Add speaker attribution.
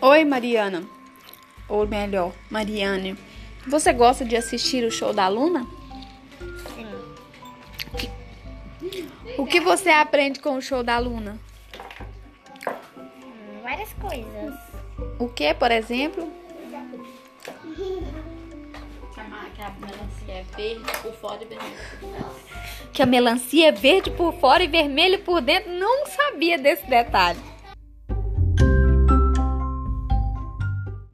Speaker 1: Oi, Mariana. Ou melhor, Mariane. Você gosta de assistir o show da Luna?
Speaker 2: Sim.
Speaker 1: O que você aprende com o show da Luna?
Speaker 2: Hum, Várias coisas.
Speaker 1: O que, por exemplo?
Speaker 3: Que a ma- que a melancia é verde, por fora e vermelha.
Speaker 1: Que a melancia é verde por fora e vermelha por dentro. Não sabia desse detalhe.